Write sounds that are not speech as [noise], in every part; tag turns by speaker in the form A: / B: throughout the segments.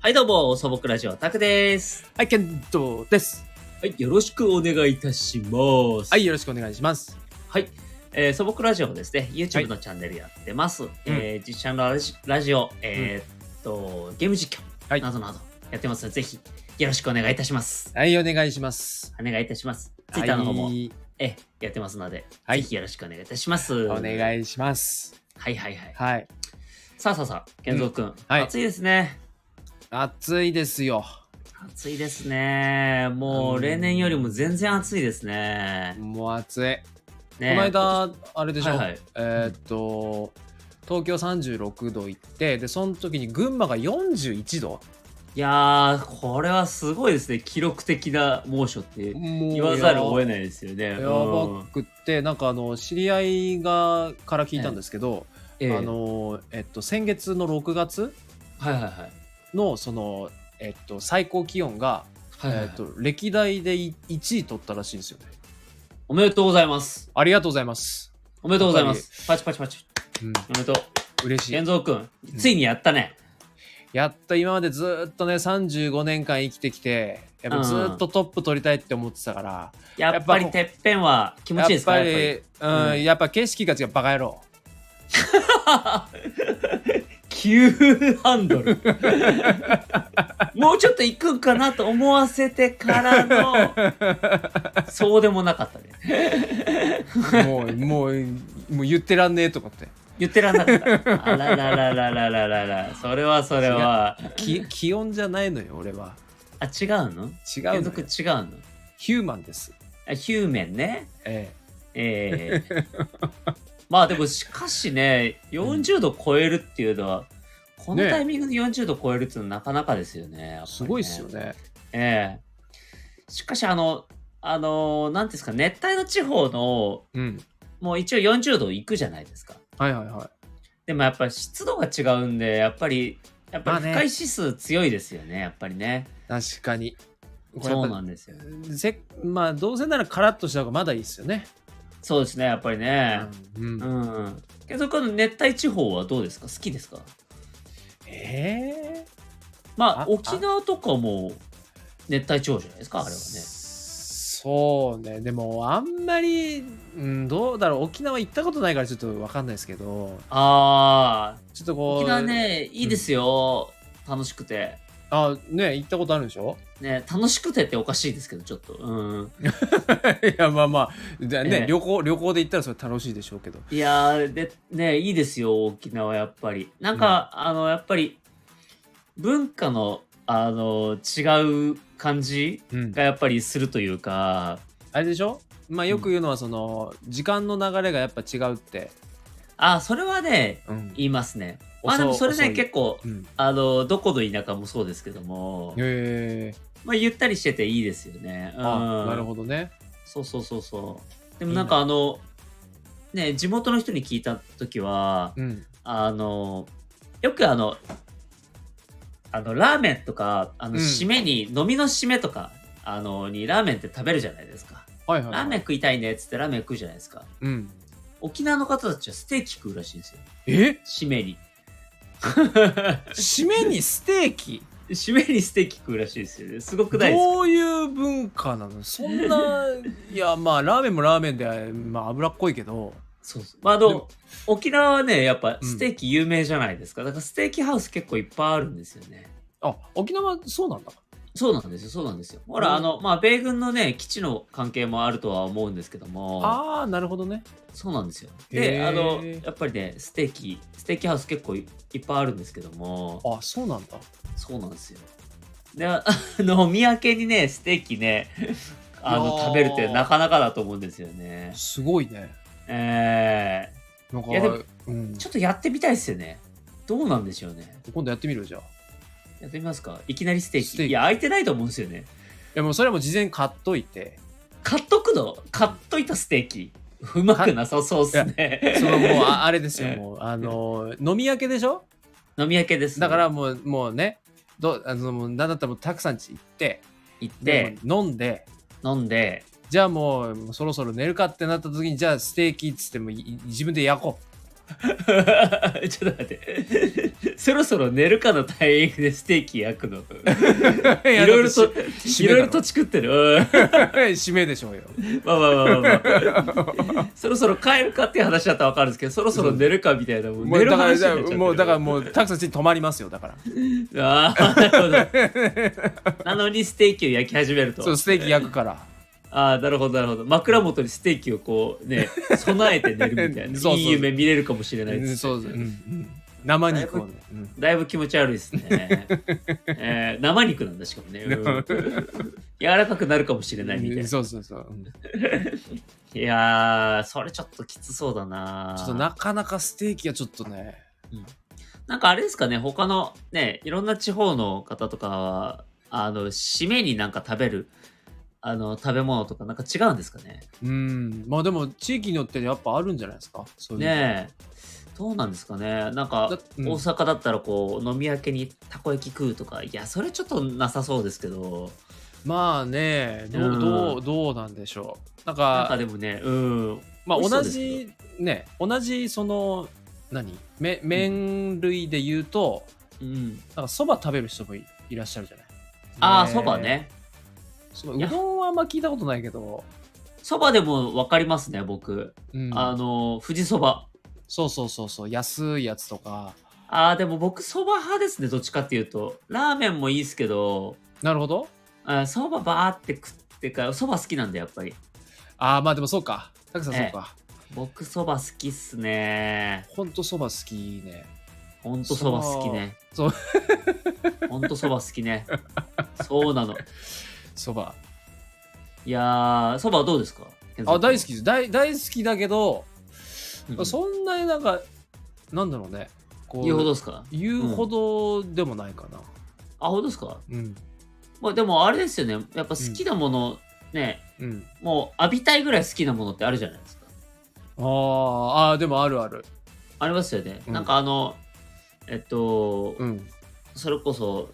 A: はい、どうも、素朴ラジオ、タクです。
B: はい、ケントです。
A: はい、よろしくお願いいたします。
B: はい、。よろしくお願いします。
A: はい。えー、素朴ラジオはですね、
B: は
A: YouTube
B: い
A: のチャンネルやってます。えー、実写のラジラジオ、えーっと、ゲーム実
B: は
A: 況
B: い
A: などなどやってますので、ぜひ、よろしくお願いいたします。
B: はい、お願いします。
A: お願いいたします。Twitter の方も、
B: はい
A: えーやってますので、
B: はい
A: ぜひよろしくお願いいたします。
B: お
A: はい
B: 願いします。
A: はいはい。
B: はい、
A: さあさあさあ、健三くん、
B: はい
A: 暑いですね。
B: 暑いですよ。
A: 暑いですね。も
B: う
A: う、
B: ん
A: 例年よりも全然暑いですね。
B: もう暑い。
A: ね
B: この間、あれでしょ、
A: はいはい
B: えーっと、東京36度行って、で、その時に群馬が41度。
A: いやー、これはすごいですね。記録的な猛暑って
B: もう
A: 言わざるを得ないですよね。
B: や
A: うん
B: ばくって、なんかあの、知り合いが、から聞いたんですけど、
A: ええ
B: あの、えっと、先月の6月
A: はいはいはい。
B: の、その、えっと、最高気温が、
A: はいはいはい
B: えっと歴代でい1位取ったらしいんですよね。
A: おめでとうございます。
B: ありがとうございます。
A: おめでとうございます。パチパチパチ。
B: うん、
A: おめでとう。
B: 嬉しい
A: 玄。三くん、ついにやったね。
B: やった今までずーっとね35年間生きてきてやっぱずーっとトップ取りたいって思ってたから、
A: やっぱり
B: やっぱ
A: てっぺんは気持ちいい
B: や
A: で
B: っ
A: すか
B: ぱ
A: やっ
B: り
A: ぱり。
B: うん
A: うん
B: やっぱ景色が違うバカ野郎。
A: 急ハンド [laughs] ル。もうちょっと行くんかなと思わせてから [laughs] の、そうでもなかったね。
B: もう [laughs] もうもう言ってらんねえと思って
A: 言ってらんなかった。あらららららららら。それはそれは。 [laughs]
B: き気温じゃないのよ俺は
A: あ、違うの
B: 違う
A: 継
B: の
A: 続
B: よ
A: 違うの
B: ヒューマンです、
A: あヒューメンね。
B: え
A: ええ
B: [laughs]
A: まあでもしかしね、40度超えるっていうのは、この
B: ね
A: タイミングで40度超えるっていうのはなかなかですよね。やっぱりね
B: え、すごいっすよ。ね
A: ええしかしあの、あの、なんていうんですか、熱帯の地方の、
B: うん
A: もう一応40度行くじゃないですか。
B: はいはいは
A: でもやっぱり湿度が違うんで、やっぱり、やっぱ
B: まあ
A: り
B: ね
A: 不快指数強いですよね、やっぱりね。
B: い確かにこれや
A: そ
B: っ
A: う
B: ぱ
A: なんですよ。
B: せまあどうせならカラッとした方がまだいいっすよね、
A: そうですね、やっぱりね。
B: うん
A: うん。けど、この熱帯地方はどうですか好きですか
B: ええ
A: まあ、
B: あ
A: 沖縄とかも熱帯地方じゃないですか、あれはね。
B: そうねでもあんまり、うん、どうだろう沖縄行ったことないからちょっと分かんないですけど
A: あ
B: ちょっと
A: あ、
B: こう
A: 沖縄ね、いいですよ。楽しくて。
B: あね行ったことあるんでしょ
A: ね、楽しくてっておかしいですけど、ちょっと。うん。
B: [laughs] いやまあまあでね、
A: ええ
B: 旅行旅行で行ったらそれ楽しいでしょうけど
A: いやー、で、ね、いいですよ、沖縄、やっぱり。なんか、あの、やっぱり、文化の、あの、違う感じ
B: うん
A: がやっぱりするというか、
B: あれでしょまあよく言うのはその、時間の流れがやっぱ違うって、
A: あ、それはね、
B: うん
A: 言いますね。
B: 遅
A: まあでもそれ
B: 遅
A: ね、
B: い
A: 結構、
B: うん、
A: あの、どこの田舎もそうですけども、
B: へえ
A: まあ、ゆったりしてていいですよね。うん、
B: あなるほどね
A: そうそうそうそう。でもなんかあの、ね、地元の人に聞いた時は、
B: うん
A: あの、よくあの、あの、ラーメンとか、あの、
B: うん
A: 締めに、飲みの締めとか、あの、にラーメンって食べるじゃないですか。
B: はいはい、はい、
A: ラーメン食いたいねっつってラーメン食うじゃないですか。
B: うん
A: 沖縄の方たちはステーキ食うらしいんですよ。
B: え
A: 締めに。
B: 締めにステーキ
A: 締めにステーキ食うらしいですよね。すごくないですか
B: どういう文化なのそん
A: [laughs]
B: ないやまあラーメンもラーメンで、まあ、脂っこいけど
A: そうそう。まあ、あ
B: で
A: の
B: も、
A: 沖縄はね、やっぱ
B: うん
A: ステーキ有名じゃないですか。だからステーキハウス結構いっぱいあるんですよね。
B: あ沖縄そうなんだ
A: そうなんですよ、そうなんですよ。ほら、
B: うん
A: あの、まあ、米軍のね、基地の関係もあるとは思うんですけども、
B: ああなるほどね
A: そうなんですよ。
B: へ
A: で、
B: ー
A: あの、やっぱりね、ステーキ、ステーキハウス結構いいっぱいあるんですけども、
B: あそうなんだ
A: そうなんですよ。で、あ [laughs] あの、お土産にね、ステーキね、あ
B: い
A: の、
B: やー
A: 食べるってなかなかだと思うんですよね。
B: すごいね
A: え
B: なんか
A: いやでも
B: うん
A: ー、ちょっとやってみたいですよね。どうなんでしょうね。
B: 今度やってみるじゃあい
A: やってみますかいきなりステーキ
B: ステーキ
A: いや空いてないと思うんですよね
B: やもうそれはもう事前に買っといて
A: 買っとくの買っといたステーキうまくなさそうっすね
B: そのもうああれで
A: [laughs]
B: す
A: ええ
B: よもうあの飲み明けでしょ
A: [laughs] 飲み明けです
B: だからもうもうねどうあのもうなんだったらもうたくさん家行って
A: 行って
B: もう飲んで
A: 飲んで [laughs]
B: じゃあもうもうそろそろ寝るかってなった時にじゃあステーキっつってもいい自分で焼こう
A: ちょっと待って。そろそろ寝るかのタイミングでステーキ焼く
B: [laughs]
A: の。
B: い
A: いろいろと、
B: し
A: いろいろとチクってる。うん
B: 締めでしょうよ
A: まあまあまあまあ、ま
B: [laughs]
A: あ、そろそろ帰るかっていう話だったら分かるんですけどそろそろ寝るかみたいなもう
B: も
A: 寝
B: う
A: る
B: だから
A: 話に
B: じ
A: な
B: ゃ
A: っちゃ
B: あ
A: ってる
B: もうだからもうタクさんちに泊まりますよだから
A: [laughs] ああなるほどなのにステーキを焼き始めると
B: そうステーキ焼くから
A: ああなるほどなるほど枕元にステーキをこう
B: [laughs]
A: ね備えて寝るみたいな
B: そうそう
A: いい夢見れるかもしれないです
B: そうそう、うんうん生肉をね、うん
A: だいぶ気持ち悪いです
B: [laughs]
A: ね、えー生肉なんだしかもねうん [laughs] 柔らかくなるかもしれないみたいな
B: そうそうそう、うん
A: いやーそれちょっときつそうだな
B: ちょっとなかなかステーキはちょっとね
A: なんかあれですかね、他のね、いろんな地方の方とかは、あの、締めになんか食べる、あの、食べ物とかなんか違うんですかね。
B: うんまあでも地域によってやっぱあるんじゃないですかそういうの
A: ねえ。どうなんですかね。なん
B: だ
A: か、
B: う
A: 大
B: ん
A: 阪だったらこう、飲み明けにたこ焼き食うとか、いや、それちょっとなさそうですけど、
B: まあねど
A: う
B: うんどうどうなんでしょうなん
A: なん
B: か
A: かでもね、うん。
B: まあ
A: 美味しそ
B: 同
A: うですけど
B: じね同じその何め麺類で言うと、
A: うん、
B: なんかそば食べる人もいいらっしゃるじゃない
A: ああ、そばね。
B: そばう
A: いや
B: どんはあんま聞いたことないけど、
A: そばでも分かりますね、僕。
B: うん、
A: あの、富士そば。
B: そうそうそうそう安いやつとか
A: ああ、でも僕、そば派ですね、どっちかっていうと。ラーメンもいいですけど、
B: なるほど
A: あそばばーって食ってからそば好きなんだやっぱり
B: ああまあでもそうかたくさんそう
A: ええ
B: か、
A: 僕そば好きっすね
B: ほんとそば好きね
A: ほんとそば好きね
B: そう
A: ほんとそば好きねそうなの
B: そば
A: いやーそばはどうですか
B: あ大好きです大大好きだけど、
A: うんうん
B: そんなになんかなんだろうねこ
A: 言うほどですか
B: 言うほどでもないかな
A: あほどですか、
B: うん
A: まあ、でもあれですよねやっぱ好きなもの、ね
B: うん
A: もう浴びたいぐらい好きなものってあるじゃないですか
B: あーあーでもあるある
A: ありますよね、
B: うん
A: なんかあのえっと、
B: うん
A: それこそ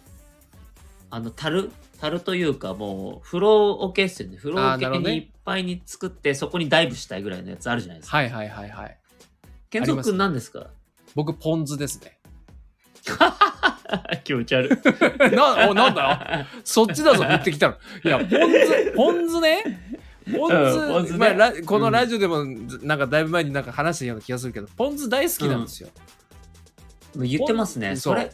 A: あの樽樽というかもう風呂桶ですよね風呂
B: あーな
A: 桶
B: るほどね
A: にいっぱいに作って、そこにダイブしたいぐらいのやつあるじゃないですか
B: はいはいはいはい
A: 健
B: あり
A: 三
B: ます
A: 君何
B: [laughs]
A: ですか
B: 僕ポン酢ですね [laughs]
A: 気持ち悪い
B: なおなんだよそっちだぞ言ってきたのいやポン酢ポン酢ねポン酢,、
A: うんポン酢ね
B: まあ、ラこ
A: う
B: の
A: ん
B: ラジオでもなんかだいぶ前になんか話したような気がするけどポン酢大好きなんですよ、
A: [laughs] もう言ってますね
B: そう
A: それ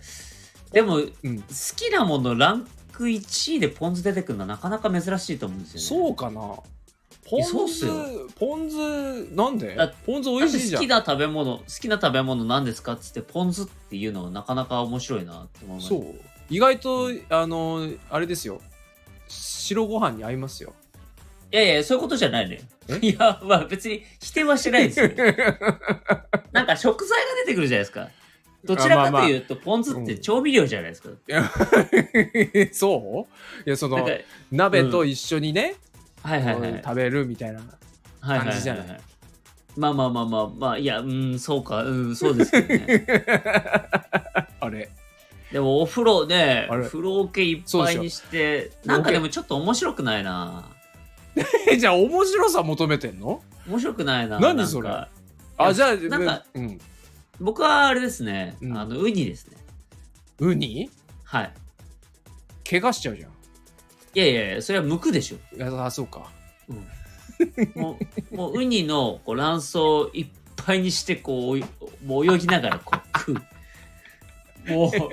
A: でも好
B: うん
A: きなものランク1位でポン酢出てくるのはなかなか珍しいと思うんですよね
B: そうかなポ
A: い
B: ン
A: やそうっ
B: 酢
A: すよ
B: ポン酢なんで
A: だ
B: ポン酢美
A: だっ
B: 味
A: て
B: しいじ
A: 好
B: ゃん
A: きな食べ物好きな食べ物何ですかっつってポン酢っていうのはなかなか面白いなって思います
B: そう意外とあのあれですよ白ご飯に合いますよ
A: いやいや、そういうことじゃないね。いや、まあ別に否定はしてないで
B: [laughs]
A: すよ。なんか食材が出てくるじゃないですか。どちらかというと、ポン酢って調味料じゃないですか。
B: [laughs] そういやそ
A: なん
B: の
A: か、
B: 鍋と一緒にね、
A: はいはいはい。
B: 食べるみたいな
A: は
B: [laughs]
A: いはい
B: 感じじゃ
A: は
B: ない
A: い。まあまあまあまあまあ、いや、うん、そうか、うん、そうですけどね。
B: あれ
A: でもお風呂ね、
B: あれ
A: 風呂桶いっぱいにして、
B: よ
A: なんかでもちょっと面白くないな。
B: えじゃあ面白さ求めてんの
A: 面白くないな。
B: 何
A: なんか
B: それあじゃあ
A: なんか
B: うん、
A: 僕はあれですね、
B: うん
A: あの、ウニですね。
B: ウニ
A: はい。
B: 怪我しちゃうじゃん
A: いやいやいや、それは剥くでしょ。
B: いやあそうか
A: [laughs] もう、もうウニのこう卵巣をいっぱいにして、こう、おもう泳ぎながらこう
B: [laughs]
A: 食う。もう、も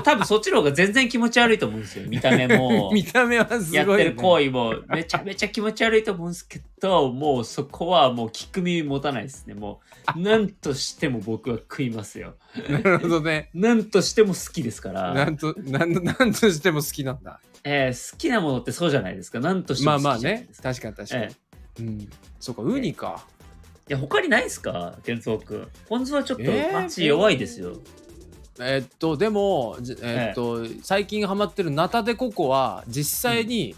A: う多分そっちの方が全然気持ち悪いと思うんですよ。見た目も、
B: 見た目はすごい、ね、
A: やってる行為も、めちゃめちゃ気持ち悪いと思うんですけど、もうそこはもう聞く耳持たないですね。もう、なんとしても僕は食いますよ。
B: なるほどね
A: なんとしても好きですか
B: な
A: ら、
B: んとなんなんとしても好きなんだ
A: えー好きなものってそうじゃないですか。なんとして
B: まあ
A: も
B: ま
A: 好
B: あ
A: きじゃない
B: ね
A: ですか。
B: 確かに確かに、
A: ええ
B: うんそうかウニか
A: いや、他にないですか健三君。ポン酢はちょっと
B: えー
A: パンチ弱いですよ。
B: えっとでもじえっと、最近ハマってるナタデココは実際に、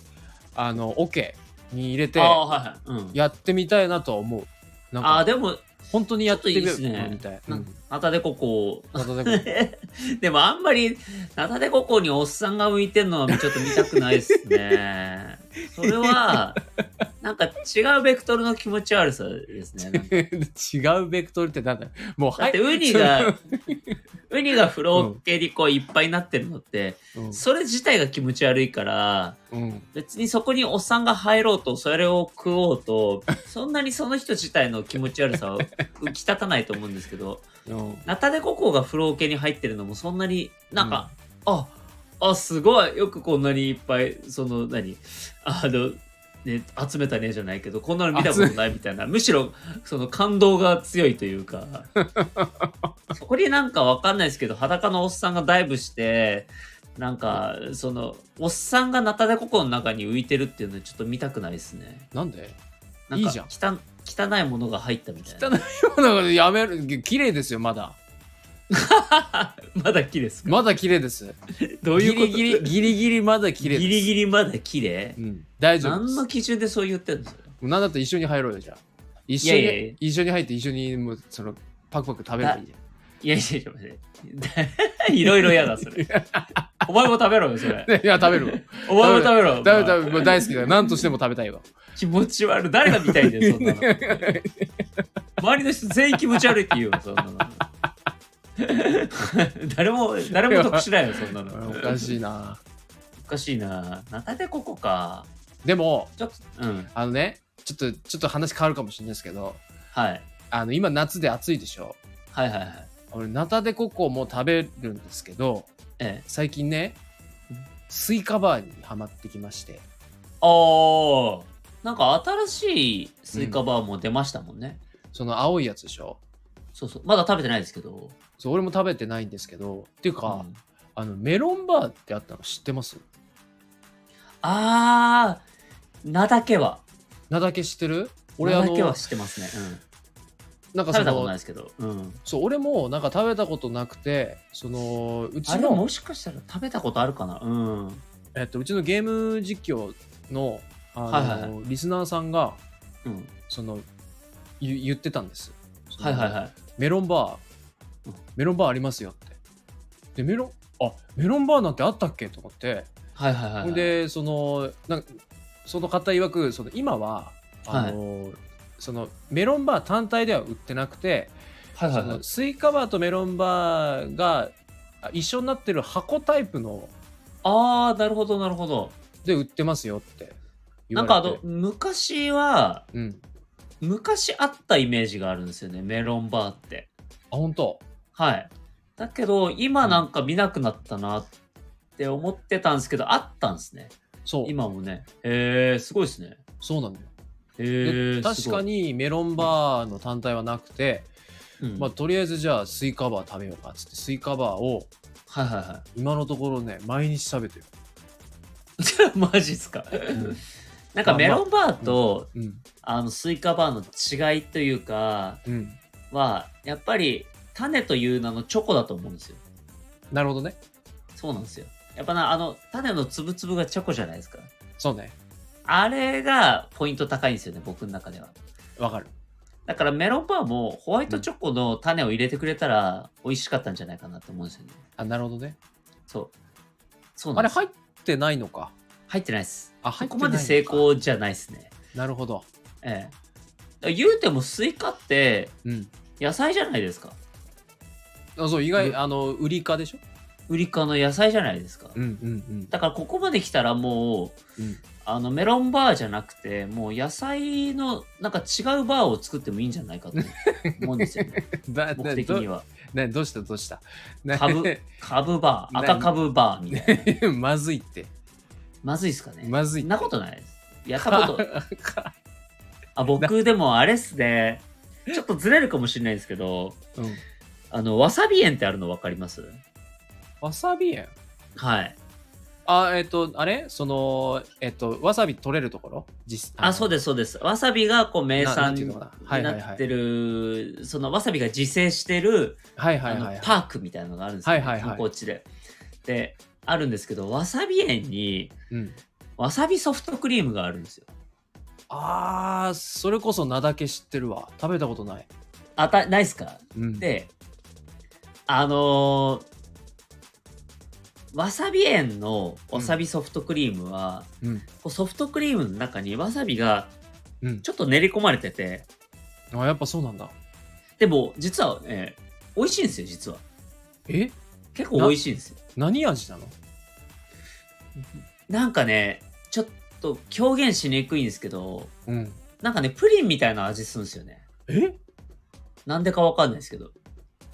B: あのオケに入れて
A: ああはいはい。うん。
B: やってみたいなとは思うなん
A: ああ
B: か
A: でも
B: 本当にやってみ
A: ちょっといいっすね
B: みたい、う、
A: なんナタデココ
B: ナタデコ [laughs] コ
A: [laughs] でもあんまりナタデココ
B: [laughs]
A: におっさんが向いてんのはちょっと見たくないっすね。それはなんか違うベクトルの気持ち悪さですね。なんか
B: 違うベクトルってなんだよもう
A: だってウニが、ウニが風呂系にこういっぱいになってるのって、
B: うん
A: それ自体が気持ち悪いから、
B: うん
A: 別にそこにおっさんが入ろうと、それを食おうと、そんなにその人自体の気持ち悪さを浮き立たないと思うんですけど、
B: うん
A: ナタデココが風呂系に入ってるのもそんなになんか、あ、あ、すごいよくこんなにいっぱい、その、何あの、ね、集めたねじゃないけどこんなの見たことないみたいなむしろその感動が強いという
B: [laughs]
A: かそこになんかわかんないですけど裸のおっさんがダイブしてなんかそのおっさんがナタデココの中に浮いてるっていうのちょっと見たくないですね
B: なんで
A: なん
B: い
A: か
B: いじゃ
A: 汚
B: ん
A: 汚いものが入ったみたいな
B: 汚いものがやめる綺麗ですよまだ
A: [laughs] まだ綺麗ですか
B: まだ綺麗です
A: どういうこと
B: ギリギリギリギリまだ綺麗です
A: ギリギリまだ綺麗
B: うん、大丈夫で
A: 何
B: す
A: の基準でそう言ってるんですか
B: なんだったら一緒に入ろうよじゃあ一緒に
A: いやいやいや
B: 一緒に入って一緒にもうそのパクパク食べればいいじゃん
A: いやいやいや待って [laughs] いろいろ嫌だそ
B: [laughs]
A: れお前も食べろよそれ
B: いや食
A: [laughs]
B: べるわ
A: お前も食べろ
B: 食べる
A: お前
B: 食べるもう大好きだよ何としても食べたいわ
A: 気持ち悪い誰が見たいんだよそんなの周りの人全員気持ち悪いって言うよそんなの [laughs] 誰も誰も得しないよそんなの
B: おかしいな
A: おかしいなナタデココか
B: でも
A: ちょっとうん
B: あのねちょっとちょっと話変わるかもしれないですけど
A: はい
B: あの今夏で暑いでしょ
A: はいはいはい
B: 俺ナタデココも食べるんですけど
A: ええ
B: 最近ねスイカバーにハマってきまして
A: ああなんか新しいスイカバーも出ましたもんね、
B: その青いやつでしょ
A: そうそうまだ食べてないですけど
B: そう俺も食べてないんですけどっていうか、
A: うん
B: あのメロンバーってあったの知ってます
A: あー名だけは
B: 名だけ知ってる俺あ
A: 名
B: の
A: だけは知ってますね、うん
B: なんか
A: 食
B: そ
A: べたことない
B: の
A: ですけど、うん、
B: そう俺もなんか食べたことなくてそのう
A: あ
B: ち
A: れも
B: の
A: もしかしたら食べたことあるかなうんうん
B: えっと、うちのゲーム実況のあの、
A: はいはい
B: リスナーさんがそのゆ言ってたんですそ
A: は
B: の
A: いはいはい
B: メロンバ
A: う
B: ー
A: ん
B: メロンバーありますよってでメロンあメロンバーなんてあったっけと思って
A: はいはいはい
B: ほんでそのなんその方曰くその今はあの、そのメロンバー単体では売ってなくて、
A: はいはい
B: そ
A: はい
B: のスイカバーとメロンバーがあ一緒になってる箱タイプの
A: ああなるほどなるほど
B: で売ってますよって言わ
A: なん
B: れて
A: かあの昔は
B: うん
A: 昔あったイメージがあるんですよねメロンバーって
B: あ本当
A: はいだけど今なんか見なくなったなって思ってたんですけどあったんですね
B: そう
A: 今もねへえすごいですね
B: そうなんだよ
A: へ
B: で
A: え
B: 確か、にメロンバーの単体はなくて、
A: すごいうん
B: まあ、とりあえずじゃあスイカバー食べようかっつってスイカバーを
A: はいはいはい
B: 今のところね毎日食べてる、
A: [laughs] マジっすか。
B: ん
A: なんかメロンバーと、
B: うん
A: あのスイカバーの違いというか
B: うん、
A: はやっぱり種という名のチョコだと思うんですよ。
B: なるほどね
A: そうなんですよ。やっぱなあの種のつぶつぶがチョコじゃないですか。
B: そうね
A: あれがポイント高いんですよね僕の中では。
B: わかる
A: だからメロンバーもホワイトチョコの種を入れてくれたら美味しかったんじゃないかなと思うんですよね。
B: あなるほどね
A: そう。そうな
B: あ
A: ん
B: れ
A: です。
B: 入ってないのか
A: 入ってないです。
B: あ
A: こ
B: 入って
A: こ
B: ない
A: ま
B: の
A: で
B: か
A: 成功じゃないですね。
B: なるほど
A: ええ。だから言うてもスイカって
B: うん
A: 野菜じゃないですか
B: あそう意外
A: う
B: あの売りかでしょ
A: ウリ科の野菜じゃないですか、
B: うんうん
A: だからここまで来たらもう
B: うんうん
A: あのメロンバーじゃなくてもう野菜のなんか違うバーを作ってもいいんじゃないかと思うんですよ
B: [laughs]
A: ね
B: だ
A: 僕的
B: ど
A: には
B: ねどうしたどうしたね
A: 株株バー
B: な
A: 赤株バーみたいな
B: [laughs] まずいって
A: まずいっすかね
B: まずい
A: そんなことないですやったこと
B: [laughs]
A: あ僕でもあれっすねちょっとずれるかもしれないですけど
B: うん
A: あのわさび園ってあるの分かります
B: わさび園
A: はい
B: あえっ、とあれそのえっ、とわさび取れるところ実
A: あそう
B: で
A: ですそうですわさびがこう名
B: なな
A: 産
B: んてい
A: に
B: うのかなはいはいはい
A: なってるそのわさびが自生してる
B: はい
A: あ
B: はい
A: の
B: はい
A: パークみたいなのがあるんです
B: はいはいはい
A: 観光地で。であるんですけどわさび園に
B: うん、
A: わさびソフトクリームがあるんですよ。
B: あーそれこそ名だけ知ってるわ食べたことない、
A: あたないっすか
B: うん、
A: であのーわさび園のわさびソフトクリームは、
B: うん
A: こうソフトクリームの中にわさびが
B: うん
A: ちょっと練り込まれてて、
B: あやっぱそうなんだ
A: でも実は、えー美味しいんですよ、実は。
B: え
A: 結構美味しいんですよ。
B: 何味なの
A: なんかね、ちょっと表現しにくいんですけど、
B: うん
A: なんかね、プリンみたいな味するんですよね。
B: え
A: なんでかわかんないですけど。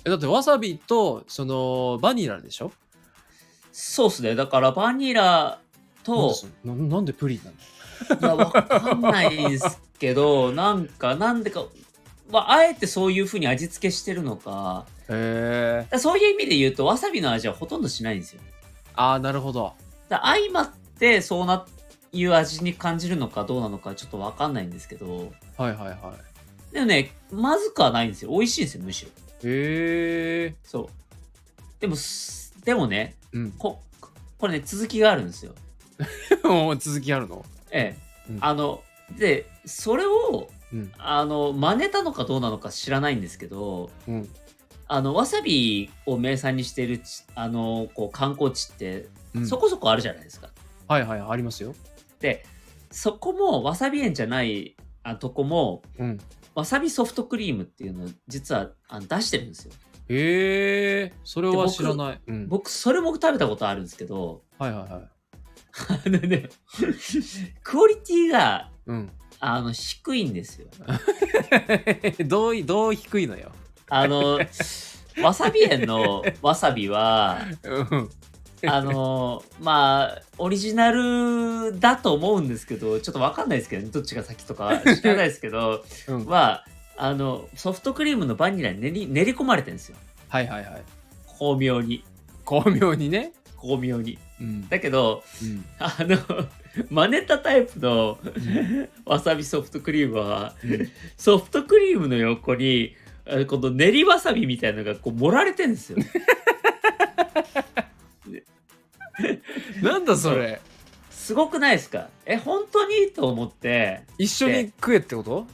B: えだってわさびとそのバニラでしょ
A: そうっすね。だからバニラ
B: なん
A: と
B: で、そななんでプリンなの
A: いや、わかんないんですけど、なんか、なんでか、まあ、あえてそういう風に味付けしてるのか、
B: へえ
A: だからそういう意味で言うと、わさびの味はほとんどしないんですよ。
B: ああなるほど
A: だから相まって、そうな、いう味に感じるのかどうなのかちょっとわかんないんですけど、
B: はいはいは
A: でもね、まずくはないんですよ。美味しいんですよ、むしろ。
B: いへえ
A: そう。でもす、でもね、
B: うん
A: こ、これね、続きがあるんですよ。
B: もう続きあるの
A: ええ。
B: うん
A: あの、で、それを、
B: うん
A: あの、真似たのかどうなのか知らないんですけど、
B: うん
A: あの、わさびを名産にしてるち、あの、こう、観光地って、
B: うん
A: そこそこあるじゃないですか。
B: はいはいありますよ
A: で、そこも、わさび園じゃない、あとこも、
B: うん
A: わさびソフトクリームっていうのを実はあの出してるんですよ。
B: へえそれ
A: で
B: は
A: 僕
B: 知らない、うん、
A: 僕、それも食べたことあるんですけど、
B: はいはいはい
A: あのね、 [laughs] クオリティが、
B: うん [laughs]
A: あの、低いんですよ。
B: どういどう低いのよ
A: あ
B: [laughs]
A: の、わさび園のわさびは、
B: うん
A: あの、まあ、オリジナルだと思うんですけど、ちょっとわかんないですけど、ね、どっちが先とか知らないですけど、
B: うん
A: は、あの、ソフトクリームのバニラに練り練り込まれてるんですよ。
B: はいはいはい
A: 巧妙に。
B: 巧妙にね
A: 巧妙に。
B: うん
A: だけど、
B: うん
A: あの、真似たタイプの
B: ん
A: わさびソフトクリームは、
B: うん
A: ソフトクリームの横に、あのこの練りわさびみたいなのがこう盛られてるんですよ。
B: なんだそれ
A: すごくないですかえ、本当にと思って、
B: 一緒に食えってこと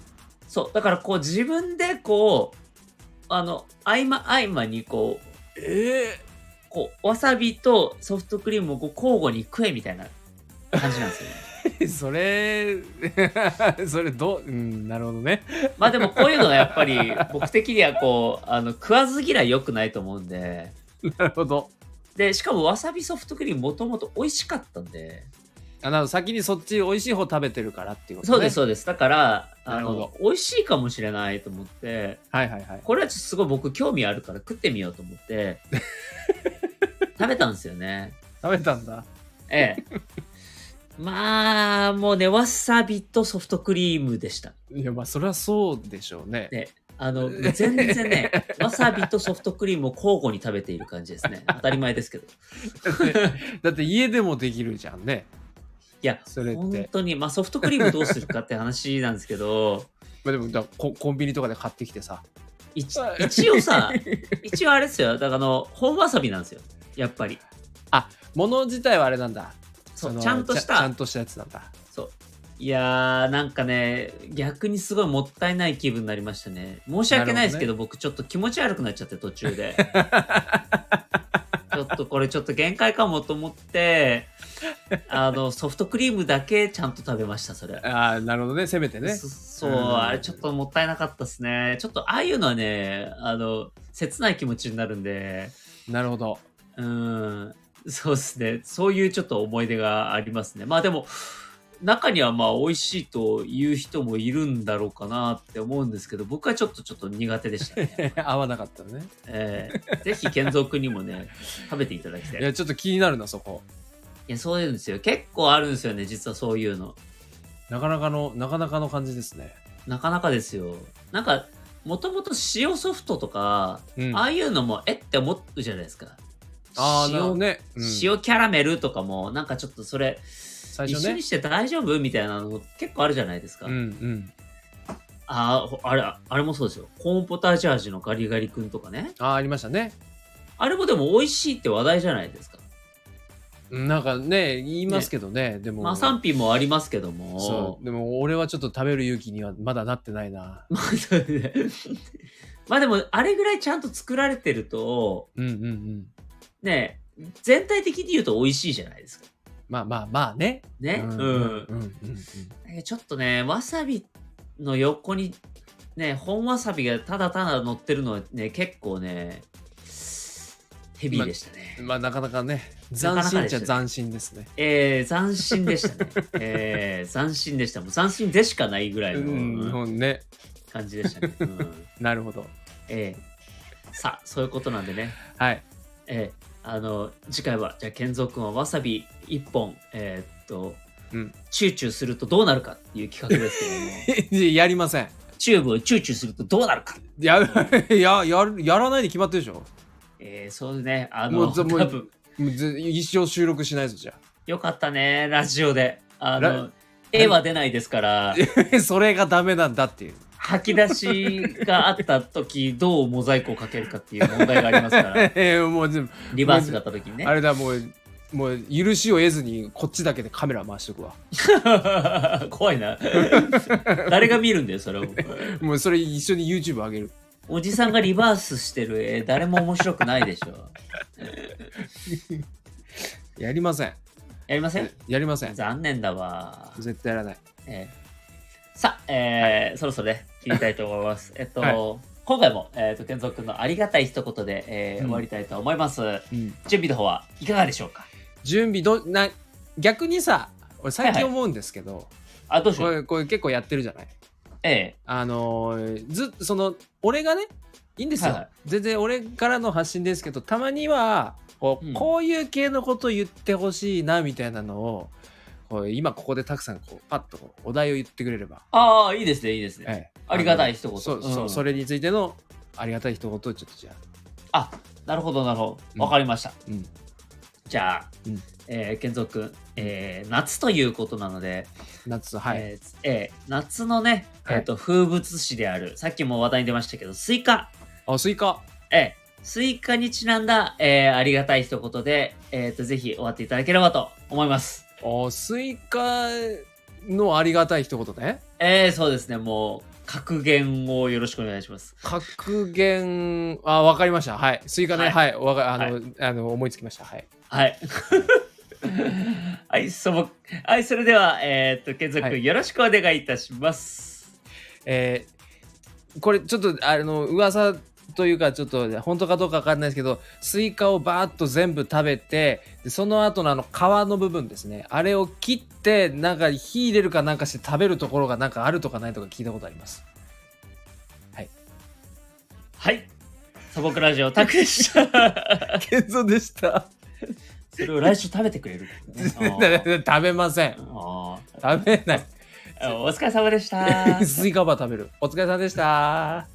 A: そう、だからこう自分でこう、あの、合間合間にこう、
B: ええ
A: こう、わさびとソフトクリームをこう交互に食えみたいな感じなんですよ、ね。
B: [laughs]
A: [laughs]
B: それ [laughs] それどう、うん、なるほどね
A: まあでもこういうのはやっぱり僕的にはこう、あの、食わず嫌い良くないと思うんで、
B: なるほど
A: で、しかもわさびソフトクリームもともと美味しかったんで、
B: あなるほど先にそっち美味しい方食べてるからっていうこと、ね、
A: そうです、そうです。だから、あ
B: なるほ
A: の
B: ど、
A: 美味しいかもしれないと思って、
B: はいはいはい
A: これはちょっとすごい僕興味あるから食ってみようと思
B: [laughs]
A: って、食べたんですよね。
B: 食べたんだ
A: え
B: [laughs]
A: え。まあ、もうね、わさびとソフトクリームでした。
B: いやまあそれはそうでしょ
A: [laughs]
B: うね
A: ねあの、全然
B: [laughs]
A: ね、わさびとソフトクリームを交互に食べている感じですね。当たり前ですけど。
B: だって家でもできるじゃんね
A: いや、
B: それっ
A: 本
B: て
A: 当に、まあソフトクリームどうするかって話なんですけど、
B: まあでもだココンビニとかで買ってきてさ
A: 一一応
B: [laughs]
A: さ、一応あれですよ。だからあの、本わさびなんですよ。やっぱり。
B: 物自体はあれなんだ
A: そ、
B: そうの
A: ちゃんとし
B: ちゃちゃ
A: た
B: ん。としたやつなんだ
A: そう。いやー、なんかね、逆にすごいもったいない気分になりましたね。申し訳ないですけど、僕ちょっと気持ち悪くなっちゃって、途中 [laughs] で。ちょっとこれちょっと限界かもと思って、あの、ソフトクリームだけちゃんと食べました、それ。
B: ああなるほどねせめてね
A: そそう、
B: うん
A: あれちょっともったいなかったですね。ちょっとああいうのはね、あの、切ない気持ちになるんで、
B: なるほど
A: うん、そうですね。そういうちょっと思い出がありますね。まあでも、中にはまあ美味しいという人もいるんだろうかなって思うんですけど、僕はちょっとちょっと苦手でしたね。 [laughs]
B: [laughs] 合わなかったね
A: えーぜひ健三君にもね、食べていただきたい。
B: い
A: い
B: やちょっと気になるなそこ
A: や、そういうんですよ。結構あるんですよね、実はそういうの。
B: なかなかのなかなかの感じですね
A: なかなかですよ。なんか、もともと塩ソフトとか、
B: うん
A: ああいうのもえって思うじゃないですか。
B: あーなるほど
A: 塩、
B: ね、うん
A: 塩キャラメルとかも、なんかちょっとそれ、
B: 最初
A: 一緒
B: ね
A: にして大丈夫みたいなの結構あるじゃないですか。
B: うんうん
A: あーあれ、あれもそうですよ。コーンポタージュ味のガリガリ君とかね。
B: あーありましたね
A: あれもでも美味しいって話題じゃないですか。
B: うんなんかね言いますけどねでも
A: まあ賛否もありますけど
B: そ
A: も
B: う。でも俺はちょっと食べる勇気にはまだなってないな
A: まあそうね [laughs] まあでも、あれぐらいちゃんと作られてると、
B: うんうんうん
A: ね、全体的に言うと美味しいじゃないですか。
B: まあまあまあね
A: ね。
B: う
A: うんん。
B: うんうんうん
A: えちょっとね、わさびの横にね本わさびがただただ乗ってるのはね結構ねヘビーでしたね、
B: まあなかなかね
A: なかな
B: 斬
A: か
B: 新
A: で
B: じ
A: し
B: ゃ
A: た
B: 斬新ですね
A: えー、斬新でしたね、えー、斬新でしたもう斬新でしかないぐらいうの
B: んね
A: 感じでしたね、うん
B: なるほど
A: えー、さあそういうことなんでね [laughs]
B: はい
A: えー、あの次回はじゃあ健三君はわさび1本えーっと、
B: うん
A: チューチューするとどうなるかっていう企画ですけども
B: やりません
A: チューブをチューチューするとどうなるか、
B: や [laughs] ややるやらないで決まってるでしょ
A: えー、そうねあ
B: も
A: の
B: うず
A: 多
B: もう
A: 分
B: もうず一生収録しないぞじゃ
A: よかったねラジオであ
B: ラ
A: の絵は出ないですから
B: あ [laughs] それがダメなんだっていう
A: 吐き出しがあった時どうモザイクをかけるかっていう問題がありますから
B: [laughs] えーもう全部
A: リバースがあった時にね
B: あれだもうもう許しを得ずにこっちだけでカメラ回しと [laughs] くわ
A: [laughs] 怖いな誰が見るんだよそれを
B: もうそれ一緒に YouTube 上げる
A: おじさんがリバースしてる絵誰も面白くないでしょ
B: やりません
A: やりません
B: やりません
A: 残念だわ、
B: 絶対やらない
A: えーさあ、えーそろそろね切りたいと思います
B: [laughs]
A: えっと、
B: はい
A: 今回も、えー、と健三君のありがたい一言で、えー
B: うん
A: 終わりたいと思います
B: うん
A: 準備の方はいかがでしょうか
B: 準備どな逆にさ俺最近思うんですけど、
A: あどうし
B: こ
A: よう
B: れこれ結構やってるじゃない
A: え
B: あのーずその俺がねいいんですよ、
A: はい
B: 全然俺からの発信ですけどたまにはこう,、
A: うん
B: こういう系のこと言ってほしいなみたいなのをこう今ここでたくさんこうパッとこうお題を言ってくれれば、
A: ー、ああいいですねいいですね、
B: ええ
A: ありがたい一言
B: あのそうそう
A: うん
B: それについてのありがたい一言をちょっとじゃ
A: あ
B: あ、
A: なるほどなるほ
B: うん
A: どわかりました、
B: うん、
A: じゃあ、
B: うん
A: えー、健三君、えー夏ということなので、
B: 夏はい、
A: えーえー夏のね、
B: はい
A: えー、と風物詩であるさっきも話題に出ましたけどスイカ
B: あスイカ
A: えースイカにちなんだ、えーありがたい一言で、えー、とぜひ終わっていただければと思います。
B: あスイカのありがたい一言ね
A: えー、そうですね、もう格言をよろしくお願いします。
B: 格言あわかりましたはいスイカねは、
A: はい
B: わかあの、
A: は
B: あの思いつきましたはい
A: [laughs] はい。はい、そのはい、それでは、えっ、と、健三
B: は
A: 君
B: い
A: よろしくお願いいたします。
B: えーこれちょっとあの噂というかちょっと本当かどうかわかんないですけどスイカをバーッと全部食べてでその後のあの皮の部分ですねあれを切ってなんか火入れるかなんかして食べるところがなんかあるとかないとか聞いたことあります
A: はい。素朴ラジオ、タクでした。
B: 健三でした [laughs]
A: それを来週食べてくれる、ねあ [laughs] ー
B: 食べません
A: あー
B: 食べない
A: [laughs] あお疲れ様でした [laughs]
B: [laughs] 。スイカバー食べるお疲れ様でした